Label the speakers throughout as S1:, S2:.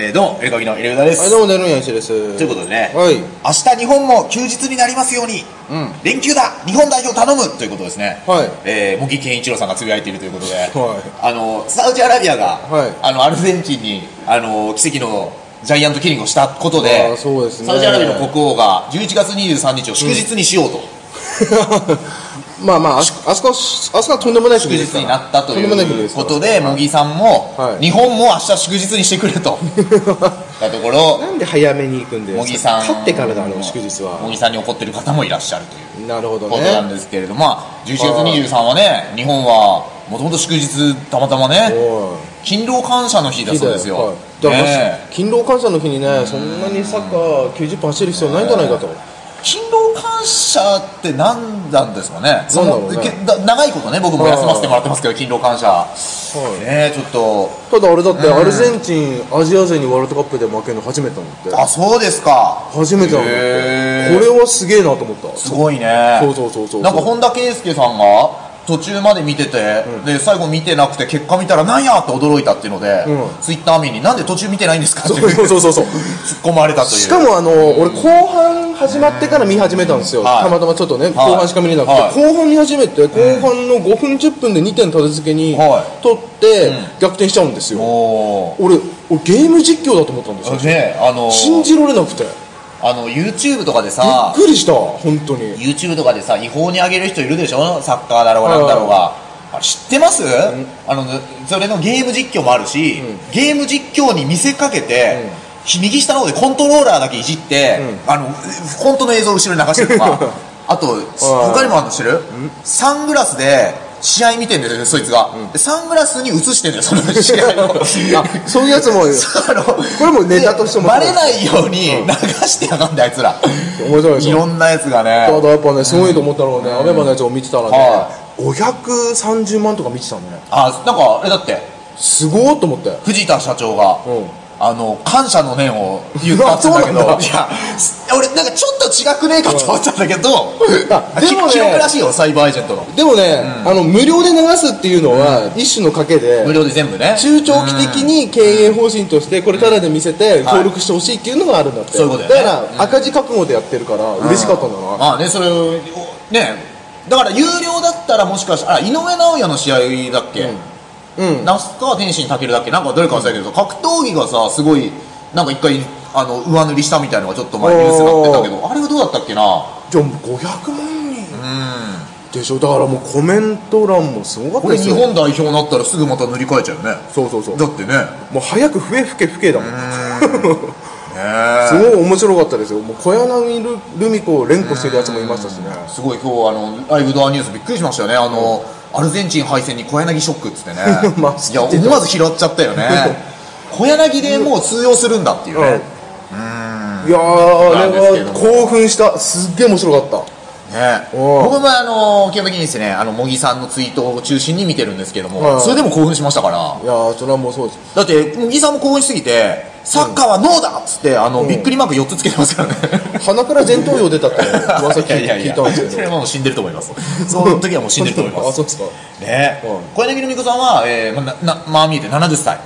S1: えーどうも、エルカギのエレベーターです。
S2: はい、どうも、ねるんやんしです。
S1: ということでね、
S2: はい。
S1: 明日日本も休日になりますように、
S2: うん
S1: 連休だ日本代表頼むということですね。
S2: はい
S1: えー茂木健一郎さんがつぶやいているということで、
S2: は
S1: あの、サウジアラビアが、
S2: はい
S1: あの、アルゼンチンに、あの、奇跡のジャイアントキリングをしたこと
S2: あ
S1: で、
S2: ーそうですね
S1: サウジアラビアの国王が11月23日を祝日にしようと、
S2: まあまあ、あそあそこ、あそこはとんでもない
S1: 祝日になったと
S2: ん
S1: い
S2: でもない国で
S1: う
S2: すか
S1: こ
S2: ら
S1: とで、茂木さんも、
S2: はい
S1: 日本も明日祝日にしてくれ と、だところ、
S2: なんで早めに行くんだよ。
S1: 茂木さん
S2: 勝ってからだろう、祝日は
S1: 茂。木さんに怒ってる方もいらっしゃるという。
S2: なるほど
S1: ことなん
S2: ね。
S1: ですけれども、まあ、11月23はね、日本はもともと祝日、たまたまね、
S2: おい
S1: 勤労感謝の日だそうです
S2: は
S1: よ
S2: い。だから
S1: ねえ
S2: 勤労感謝の日にね、そんなにサッカー90分走る必要ないんじゃないかと。
S1: 勤労感謝って何なんですかね、その
S2: なんだろうね
S1: けだ長いことね、僕も休ませてもらってますけど、勤労感謝、ねえちょっと、
S2: ただあれだって、アルゼンチン、アジア勢にワールドカップで負けるの初めてだもんって。
S1: あそうですか、
S2: 初めてだもんって。こ
S1: へえ
S2: れはすげえなと思った。
S1: すごいね、
S2: そうそうそうそう
S1: なんか本田圭佑さんが途中まで見てて、で最後見てなくて、結果見たら、なんやって驚いたっていうので、
S2: うん
S1: ツイッター見に、なんで途中見てないんですかって
S2: そうそうそうそ
S1: 突っ
S2: う。
S1: 込まれたという
S2: しかもあの、俺後半始まってから見始めたんですよ、
S1: はい
S2: たまたまちょっとね、後半しか見れなくて、
S1: はい
S2: 後半見始めて後半の5分10分で2点立て続けに
S1: はい
S2: 取って、逆転しちゃうんですよ、
S1: も
S2: 俺俺ゲーム実況だと思ったんですよ
S1: うねあの
S2: 信じられなくてびっ
S1: あの YouTube とかでさ
S2: くりした本当に
S1: YouTube とかでさ違法に上げる人いるでしょサッカーだろうがなんだろうがあれ知ってます、あのそれのゲーム実況もあるし、ゲーム実況に見せかけて、右下の方でコントローラーだけいじって、あの本当の映像を後ろに流してるとかあと他にもあるの知ってるサングラスで試合見てんだよそいつが、でサングラスに映してんだよその試合を
S2: あそういうやつ も面
S1: あの
S2: これもネタとしても
S1: バレないように流してやがんだあいつら
S2: 白いで
S1: い
S2: しょ
S1: ろんなやつが
S2: た
S1: ね
S2: だやっぱねすごいと思ったのがね、アベマのやつを見てたらね、
S1: は
S2: 530万とか見てたんだね
S1: あなんかあれだって
S2: すごーと思って
S1: 藤田社長が、
S2: うん
S1: あの感謝の念を言ったって言うんだけど
S2: うわ
S1: いや俺なんかちょっと違くねえかと思ったんだけど、
S2: あでもね
S1: 記録らしいよサイバーエージェントの
S2: でもね、あの無料で流すっていうのは一種の賭けで、
S1: 無料で全部ね
S2: 中長期的に経営方針としてこれタダで見せて
S1: はい
S2: 協力してほしいっていうのがあるんだって、
S1: そういうことだよ
S2: だ
S1: ね
S2: から赤字覚悟でやってるから嬉しかったんだな、
S1: まあねそれをねだから有料だったらもしかしたらあ井上尚弥の試合だっけ、
S2: うん
S1: 那須川天心たけるだっけなんかどれか忘れたけど格闘技がさすごいなんか一回あの上塗りしたみたいなのがちょっと前ニュースになってたけどあれはどうだったっけな
S2: じゃあもう500万人でしょだからもうコメント欄もすごか
S1: こ
S2: った
S1: れ
S2: です
S1: 日
S2: よ
S1: 本代表になったらすぐまた塗り替えちゃうよね
S2: そうそうそう
S1: だってね
S2: もう早く笛吹け吹けだもん
S1: ね
S2: すごい面白かったですよもう小柳ルルミ子を連呼してるやつもいましたしね
S1: えすごい今日あのライブドアニュースびっくりしましたよねあの、アルゼンチン敗戦に小柳ショックっつってね
S2: まあ
S1: いや思わず拾っちゃったよね 小柳でもう通用するんだっていうね、
S2: いやー
S1: な
S2: あれ
S1: んですけど
S2: は
S1: も
S2: 興奮したすっげえ面白かった
S1: ね、
S2: おう
S1: 僕もあの基本的にですねあの茂木さんのツイートを中心に見てるんですけども、
S2: はい
S1: それでも興奮しましたから
S2: いやーそれはもうそうです
S1: だって茂木さんも興奮しすぎてサッカーはノーだっつってあの、びっくりマーク4つつけてますからね
S2: 鼻から前頭葉出たって噂聞い
S1: いやいやい
S2: 聞
S1: や
S2: いたんですけど
S1: それはもう死んでると思いますその時はもう死んでると思いま
S2: あ、
S1: す
S2: そうですか。
S1: ね、
S2: う
S1: 小柳ルミ子さんは、えーまななまあ見えて70歳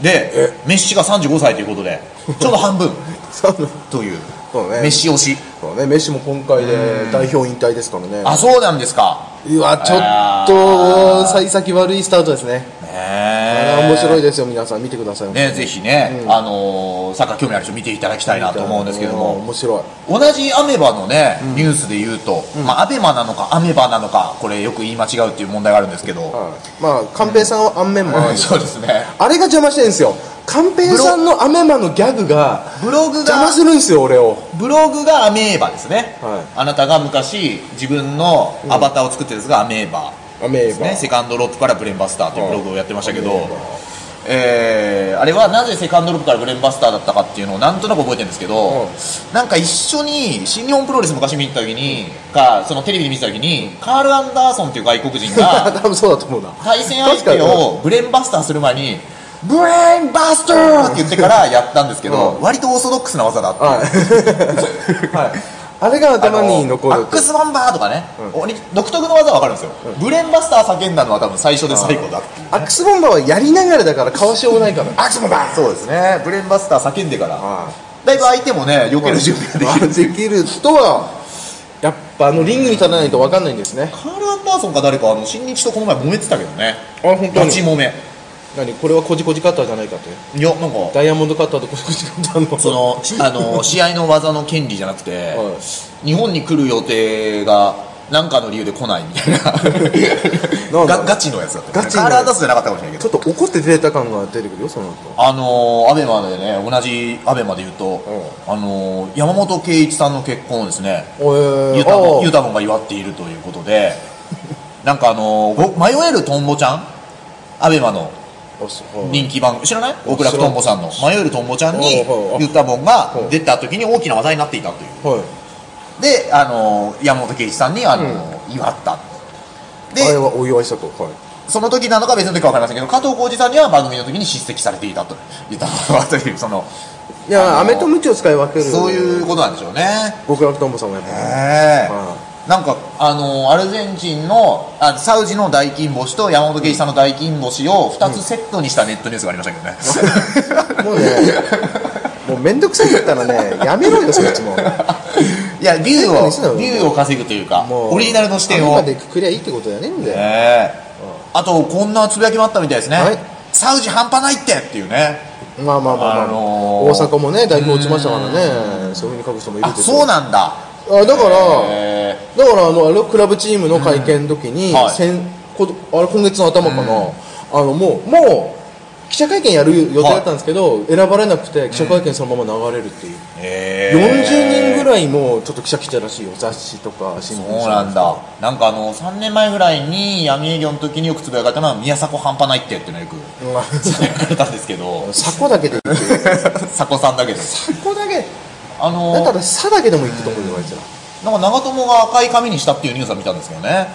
S1: でメッシが35歳ということでちょうど半 分
S2: そうね
S1: という
S2: そうね
S1: メッシ推し
S2: そうね、メッシも今回で代表引退ですからね。
S1: あそうなんですか
S2: うわ、ちょっと、幸先悪いスタートですね。
S1: ね
S2: あ
S1: え
S2: ー面白いですよ、皆さん見てください。
S1: ね、ぜひね、あのーサッカー興味ある人見ていただきたいなと思うんですけど
S2: うん
S1: も、
S2: 面白い。
S1: 同じアメバのね、ニュースで言うと、まあ、アベマなのかアメバなのか、これよく言い間違うっていう問題があるんですけど、
S2: はいまあ、寛平さんはアンメン マン。
S1: そうですね。
S2: あれが邪魔してるんですよ。寛平さんのアメンマンのギャグが
S1: ブログ
S2: 邪
S1: が
S2: 魔、するんですよ、俺を。
S1: ブログがアメーバですね。
S2: はい
S1: あなたが昔自分のアバターを作ってるんですが、アメーバ
S2: アメ
S1: で
S2: ー
S1: す
S2: バ
S1: ね。セカンドロープからブレンバスターというブログをやってましたけど、
S2: はい
S1: えーあれはなぜセカンドロープからブレンバスターだったかっていうのをなんとなく覚えてるんですけど、
S2: うん
S1: なんか一緒に新日本プロレス昔見に行った時に、かそのテレビで見てた時にカール・アンダーソンっていう外国人 が
S2: 多分そうだと思うな。
S1: 対戦相手
S2: 確かに
S1: をブレンバスターする前にブレンバスターって言ってからやったんですけど、割とオーソドックスな技だっていう、
S2: はい。はい。あれが頭に残
S1: あの
S2: る
S1: アックスバンバーとかね、鬼独特の技わかるんですよ、ブレンバスター叫んだのは多分最初で最後だっていう
S2: アックスボンバーはやりながらだからかわしようがないから
S1: アクスバンバーそうですねブレンバスター叫んでから
S2: あ
S1: だいぶ相手もね避ける準備ができるんですよ
S2: できる人はやっぱあのリングに立たないと分かんないんですね
S1: カール・アンダーソンか誰かあの新日とこの前揉めてたけどね
S2: あ本当
S1: ガ
S2: に
S1: チ揉め
S2: 何これはこじこじカッターじゃないかって
S1: いやなんか
S2: ダイヤモンドカッターとこじこじカッターの
S1: そのしあ の試合の技の権利じゃなくて、
S2: は
S1: 日本に来る予定が何かの理由で来ないみたいな
S2: んだ
S1: ガガチのやつだった、ね、
S2: ガチの
S1: カール・アンダーソンじゃなかったかもしれないけど
S2: ちょっと怒って出た感が出てくるよその後
S1: あのー、アベマでね同じアベマで言うと、あのー山本圭一さんの結婚をですね
S2: おえー
S1: ユタボン
S2: あー
S1: ユタボンが祝っているということで なんかあのーご迷えるトンボちゃんアベマの
S2: あそうはい
S1: 人気番組知らない極楽トンボさんの迷えるトンボちゃんに
S2: おうおうおう
S1: ユタボンが
S2: おう
S1: 出た時に大きな話題になっていたという
S2: はい
S1: であのー山本圭一さんにあのー祝ったで
S2: あれはお祝いしたとはい
S1: その時なのか別の時か分かりませんけど加藤浩次さんには番組の時に叱責されていたとユタボンはと いうその
S2: いや
S1: あ
S2: ア
S1: のー
S2: メとムチを使い分ける
S1: そういうことなんでしょうね。
S2: 極楽とんぼさんもやっぱ
S1: ええ
S2: は
S1: なんかあのアルゼンチンのあサウジの大金星と山本圭一さんの大金星を2つセットにしたネットニュースがありましたけどね、
S2: もうねもうめんどくさかったらねやめろよそっちも
S1: いやビュー
S2: セットにすんだろ
S1: を
S2: うね
S1: ビューを稼ぐというか
S2: もう
S1: オリジナルの視点を
S2: 頭でくくりゃいいってことじゃねえんだよ
S1: ええあとこんなつぶやきもあったみたいですね、
S2: はい
S1: サウジ半端ないってっていうね
S2: まあまあまあまあ、
S1: あのー
S2: 大阪もね代表落ちましたからねそういうふうに書く人もいる
S1: あ
S2: でし
S1: そ
S2: ょ
S1: うなんだ
S2: あだから、
S1: ええ
S2: だからあのあれクラブチームの会見の時に、
S1: うんはい
S2: 先こあれ今月の頭かな、あのもうもう記者会見やる予定だったんですけど、選ばれなくて記者会見そのまま流れるっていう、
S1: え
S2: 40人ぐ
S1: い
S2: らいもうちょっと記者来たらしいよ雑誌とか新聞
S1: そう
S2: 社
S1: なんだなんかあの3年前ぐらいに闇営業の時によくつぶやかれたのは宮迫半端ないってっていうのよく
S2: うん まあ
S1: つぶやかれたんですけど
S2: サコだけで行くよ
S1: 佐古さんだけど
S2: サコだけ
S1: あの
S2: だ
S1: な
S2: か
S1: んから
S2: サだけでも行くと思うよあいつら
S1: 長友が赤い髪にしたっていうニュースは見たんですけど ね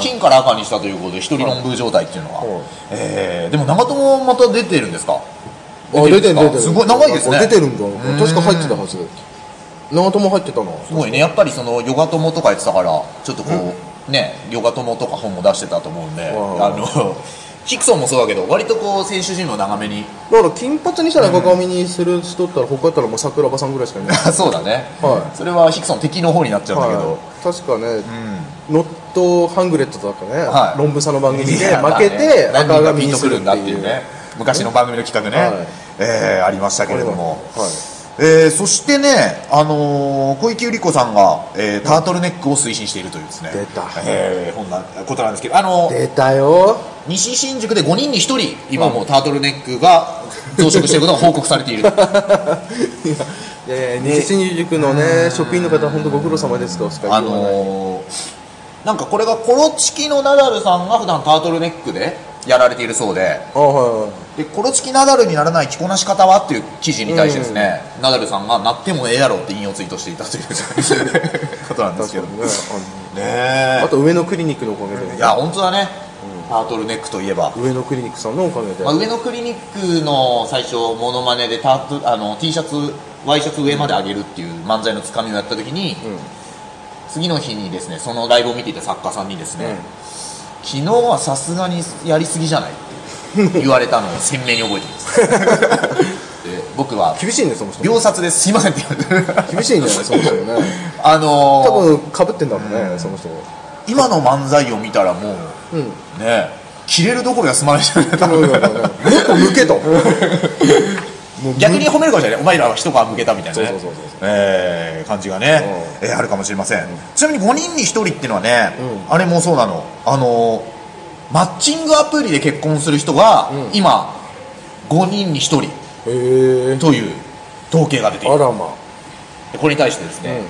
S1: 金から赤にしたということで一人論文状態っていうの
S2: はい
S1: は、えー、でも長友また出てるんですか
S2: あ出てる
S1: んです
S2: 出て
S1: か
S2: る
S1: すごい長いですね
S2: 出てるんだ確か入ってたはず長友入ってたな
S1: すごいねやっぱりそのヨガ友とかやってたからちょっとこう、ねヨガ友とか本も出してたと思うんであ
S2: わあ
S1: のヒクソンもそうだけど割とこう選手陣を長めに
S2: だから金髪にしたら赤髪にする人ったら他やったらもう桜庭さんぐらいしかいない
S1: あ そうだね、
S2: はい
S1: それはヒクソン敵の方になっちゃうんだけど、
S2: はい確かねノットハングレットだったか
S1: は
S2: ね
S1: い
S2: 論文さんの番組
S1: い
S2: で
S1: や
S2: 負けて
S1: まあね何
S2: 赤
S1: 人が
S2: 髪
S1: ピン
S2: に
S1: と
S2: す
S1: く
S2: る
S1: る
S2: っ
S1: ん
S2: て
S1: だって
S2: い
S1: いう
S2: う
S1: ね昔の番組の企画ね、
S2: はい
S1: えーありましたけれども、
S2: これははい
S1: えーそしてね、あのー小池百合子さんが、えータートルネックを推進しているというですね
S2: 出た
S1: えー、こんなことなんですけど、あのー
S2: 出たよ
S1: 西新宿で5人に1人今もうタートルネックが増殖していることが報告されて いる
S2: いやいや西新宿のね職員の方本当ご苦労様ですとしか
S1: あ
S2: 言いようがない
S1: のーなんかこれがコロチキのナダルさんが普段タートルネックでやられているそうで
S2: あはいはい
S1: でコロチキナダルにならない着こなし方はっていう記事に対してですね、ナダルさんがなってもええやろって引用ツイートしていたという ことなんです
S2: 確
S1: けど
S2: かに
S1: ね
S2: ね あの
S1: え
S2: あと上野クリニックのおかげ
S1: い
S2: で
S1: や本当だね、タートルネックといえば、
S2: 上野クリニックさんのおかげで
S1: まあ、上野クリニックの最初モノマネでタートあの T シャツ Y シャツ上まで上げるっていう漫才のつかみをやった時に、次の日にですねそのライブを見ていた作家さんにですね、
S2: うん
S1: 昨日はさすがにやりすぎじゃない って言われたのを鮮明に覚えていますで僕は
S2: 厳しいねそもそも
S1: 秒殺ですすいませんって言われ て
S2: 厳しいんじゃないそもそもね
S1: あのー
S2: 多分かぶってんだもんねその人
S1: 今の漫才を見たらもう
S2: うん
S1: ね切れるどころが済まないじゃない多
S2: も
S1: 分
S2: っと向けともう
S1: 逆に褒めるかもしれないお前らは一皮向けたみたいなね
S2: そうそうそうそう
S1: えー感じがね、えーあるかもしれません、ちなみに5人に1人っていうのはね、あれもそうなのあのーマッチングアプリで結婚する人が、今5人に1人
S2: へえ
S1: という統計が出てい
S2: あ
S1: る
S2: らま
S1: でこれに対してですね、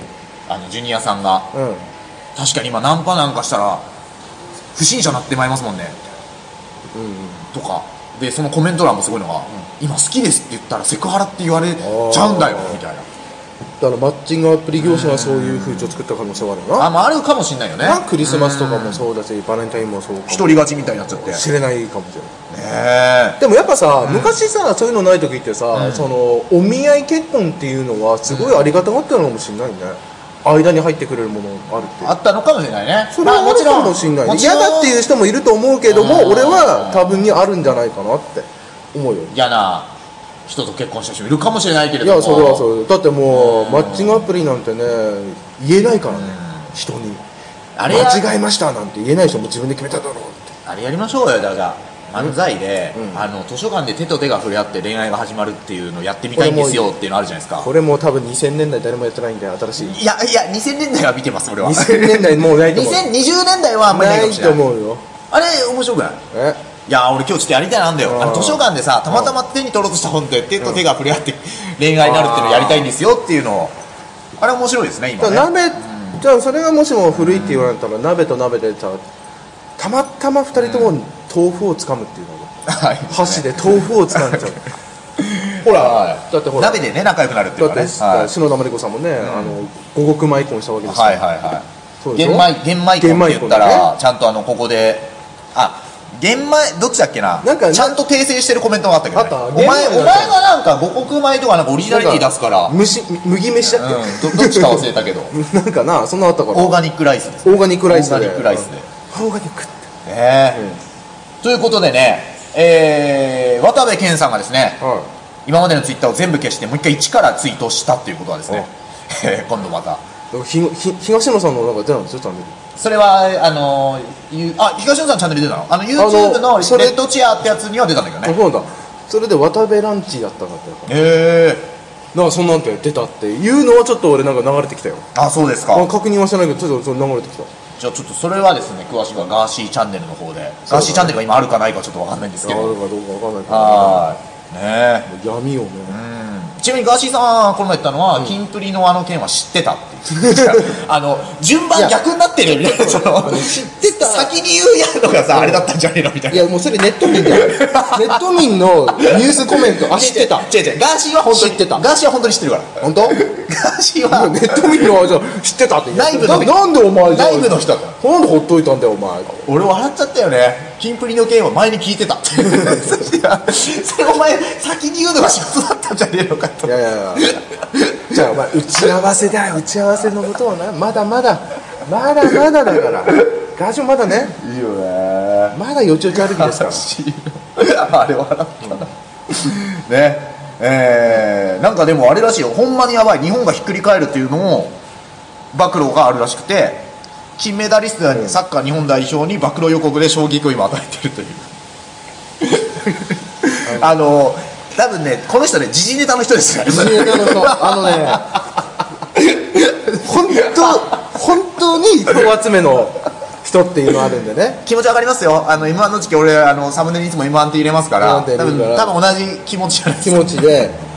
S1: あのジュニアさんが
S2: うん
S1: 確かに今ナンパなんかしたら不審者になってまいりますもんね、とかでそのコメント欄もすごいのが、今好きですって言ったらセクハラって言われちゃうんだよ
S2: あー
S1: みたいな
S2: だからマッチングアプリ業者がそういう風潮を作った可能性はある
S1: あ
S2: よ
S1: まああるかもしれないよね
S2: なクリスマスとかもそうだしバレンタインもそうか
S1: 独
S2: も
S1: り勝ちみたいになっちゃってね
S2: 知れないかもしれない
S1: え
S2: でもやっぱさ昔さそういうのない時ってさそのお見合い結婚っていうのはすごいありがたかったのかもしれないね間に入ってくれるものあるっていう
S1: あったのかもしれないね
S2: それは
S1: まあ
S2: もちろんもしんない
S1: もち
S2: 嫌
S1: ろん
S2: だっていう人もいると思うけども
S1: うん
S2: 俺は多分にあるんじゃないかなって思うよ
S1: 嫌な人と結婚した人もいるかもしれないけれ
S2: い
S1: ども
S2: やそれはそうだってもうマッチングアプリなんてね言えないからね人に
S1: あれや
S2: 間違えましたなんて言えない人も自分で決めただろうって
S1: あれやりましょうよだから漫才で、
S2: うん
S1: あの図書館で手と手が触れ合って恋愛が始まるっていうのをやってみたいんですよっていうのあるじゃないですか
S2: これもう多分2000年代誰もやってないんで新 しい
S1: いやいや2000年代は見てます俺は
S2: 2000年代もうないと思う
S1: 2020年代はあんまりないか
S2: ない
S1: もし
S2: と
S1: れない
S2: 思うよ
S1: あれ面白くない
S2: え
S1: いやー俺今日ちょっとやりたいなんだ
S2: う
S1: よ
S2: ん
S1: あの図書館でさたまたま手に取ろうとした本で手と手が触れ合って恋愛になるっていうのをやりたいんですよっていうのをあれ面白いですね
S2: だ
S1: 今
S2: から
S1: ね
S2: 鍋じゃあそれがもしも古いって言われたら鍋と鍋でさたまたま2人とも豆腐をつかむっていうのが
S1: はい
S2: 箸で豆腐をつかんじゃう
S1: ほら
S2: だってほら
S1: 鍋でね仲良くなるっていう
S2: だっ
S1: か
S2: て
S1: ねはい
S2: 篠田麻里子さんもね、あの五穀米婚したわけですか
S1: はい
S2: ら、
S1: はいはい
S2: そうでしょ
S1: 玄米玄米粉って言った
S2: 玄米粉
S1: ら、
S2: だね
S1: ちゃんとあのここであ玄米どっちだっけな
S2: なんか
S1: ちゃんと訂正してるコメントがあったけど、ね、
S2: あった
S1: お前
S2: 玄米
S1: お前がなんか五穀米とかなんかオリジナリティ出すから
S2: 蒸し麦飯だっけ、
S1: うんどどっちか忘れたけど
S2: なんかなそんなのあったから
S1: オー
S2: オ
S1: ガニックライスです
S2: ーガニックライスで
S1: オーガニックライスで
S2: うんオーガニックって
S1: ねえということでね、えー渡部健さんがですね
S2: は
S1: 今までのツイッターを全部消してもう一回一からツイートしたっていうことはですね 今度また
S2: いだからひひ東野さんのなんか出たんですよチャンネル
S1: それはあのゆあ東野さんチャンネル出たのあの YouTube の
S2: あのそれ
S1: レッドチアってやつには出たんだけど
S2: あ
S1: ね
S2: そうなんだそれで渡部ランチだったかってだか
S1: へえ
S2: らそんなんて出たっていうのはちょっと俺なんか流れてきたよ
S1: あそうですか
S2: あ確認はしてないけどちょっとそれ流れてきた
S1: じゃあちょっとそれはですね詳しくはガーシーチャンネルの方で
S2: そうだ
S1: ガー
S2: ね
S1: シーチャンネルが今あるかないかちょっとわかんないんですけ
S2: あ
S1: ど
S2: るかどうかわかんないけど
S1: はいね
S2: 闇をね
S1: えちなみにガーシーさんはこの前言ったのは、キンプリのあの件は知ってたっていう あの順番逆になってるみたいなその
S2: 知ってた
S1: 先に言うやんのがさあれだったんじゃねえのみたい
S2: い
S1: な
S2: やもうそれネット民だ よネット民のニュースコメントあ知ってた
S1: 違う違うガーシーは本当に
S2: 知ってた
S1: ガーシーは本当に知ってるから
S2: 本当
S1: ガーシー
S2: も
S1: は
S2: うネット民のあれじゃ知ってたって言う
S1: 内部の
S2: ななんでお前じゃ
S1: 内部の人だった
S2: なんでほっといたんだよお前
S1: 俺笑っちゃったよねキンプリの件は前に聞い てたそれお前先に言うのが仕事だったんじゃねえのかと
S2: いやいやいや じゃあお前打ち合わせだよ打ち合わせのことはなまだまだまだまだだからガーションまだね
S1: いいよね
S2: まだよちよち歩きですから
S1: 悲しいよあれ笑ったな、ねえー、なんかでもあれらしいよほんまにやばい日本がひっくり返るっていうのを暴露があるらしくて金メダリストにサッカー日本代表に暴露予告で衝撃を今与えてるというあの多分ねこの人ね時事ネタの人ですから
S2: 自衛隊の人あのね本当本当に票集めの人っていうのあるんでね
S1: 気持ちわかりますよあの M1 の時期俺あのサムネにいつも M1 って入れますから
S2: M1 って入
S1: 多
S2: れる
S1: 分
S2: から
S1: 多分同じ気持ちじゃないです
S2: 気
S1: か
S2: 持ちで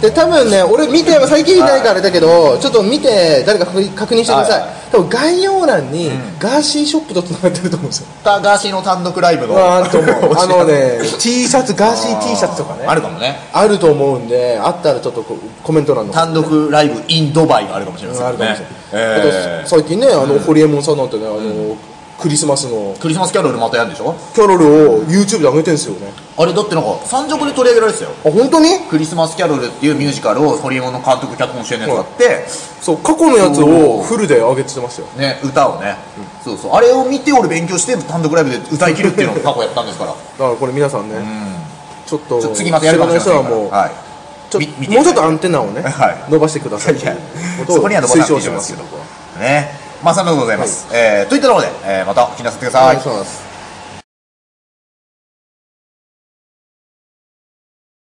S2: で多分ね俺見て最近見ないからあれだけどちょっと見て誰か確認確認してください、
S1: は
S2: 多分概要欄にガーシーショップとつながってると思う んですよ、
S1: ガーシーの単独ライブの
S2: わーっと 思う あのね T シャツガー
S1: あ
S2: シ
S1: ー
S2: ー T シャツとかね
S1: あるかもね
S2: あると思うんであったらちょっとこコメント欄の方
S1: 単独ライブ in ドバイがあるかもしれません
S2: あるかもしれない、
S1: え
S2: あと
S1: ー
S2: 最近ねあの、ホリエモンさんなんてねあの、クリスマスの
S1: クリスマスキャロルまたやるんでしょ
S2: キャロルを YouTube で上げてんすよね
S1: あれだってなんか山賊で取り上げられてたよ
S2: あ本当に
S1: クリスマスキャロルっていうミュージカルをホリエモンの監督脚本してるやつがあって、
S2: そう過去のやつをフルで上げてましたよ
S1: ね、歌をね、そうそうあれを見て俺勉強して単独ライブで歌い切るっていうのを過去やったんですから
S2: だからこれ皆さんね、ちょっと
S1: ちょっと次またやるかもしれません
S2: 知らない人はもう、
S1: はい
S2: ちょ
S1: み見て
S2: もうちょっとアンテナをね、
S1: はい
S2: 伸ばしてくださ
S1: い
S2: い
S1: や
S2: という
S1: そこには伸ばさなくていいと思いますけどねまあそんなことでございます、えーといったところで、えーまたお聞きなさってくださ
S2: はいそうなんです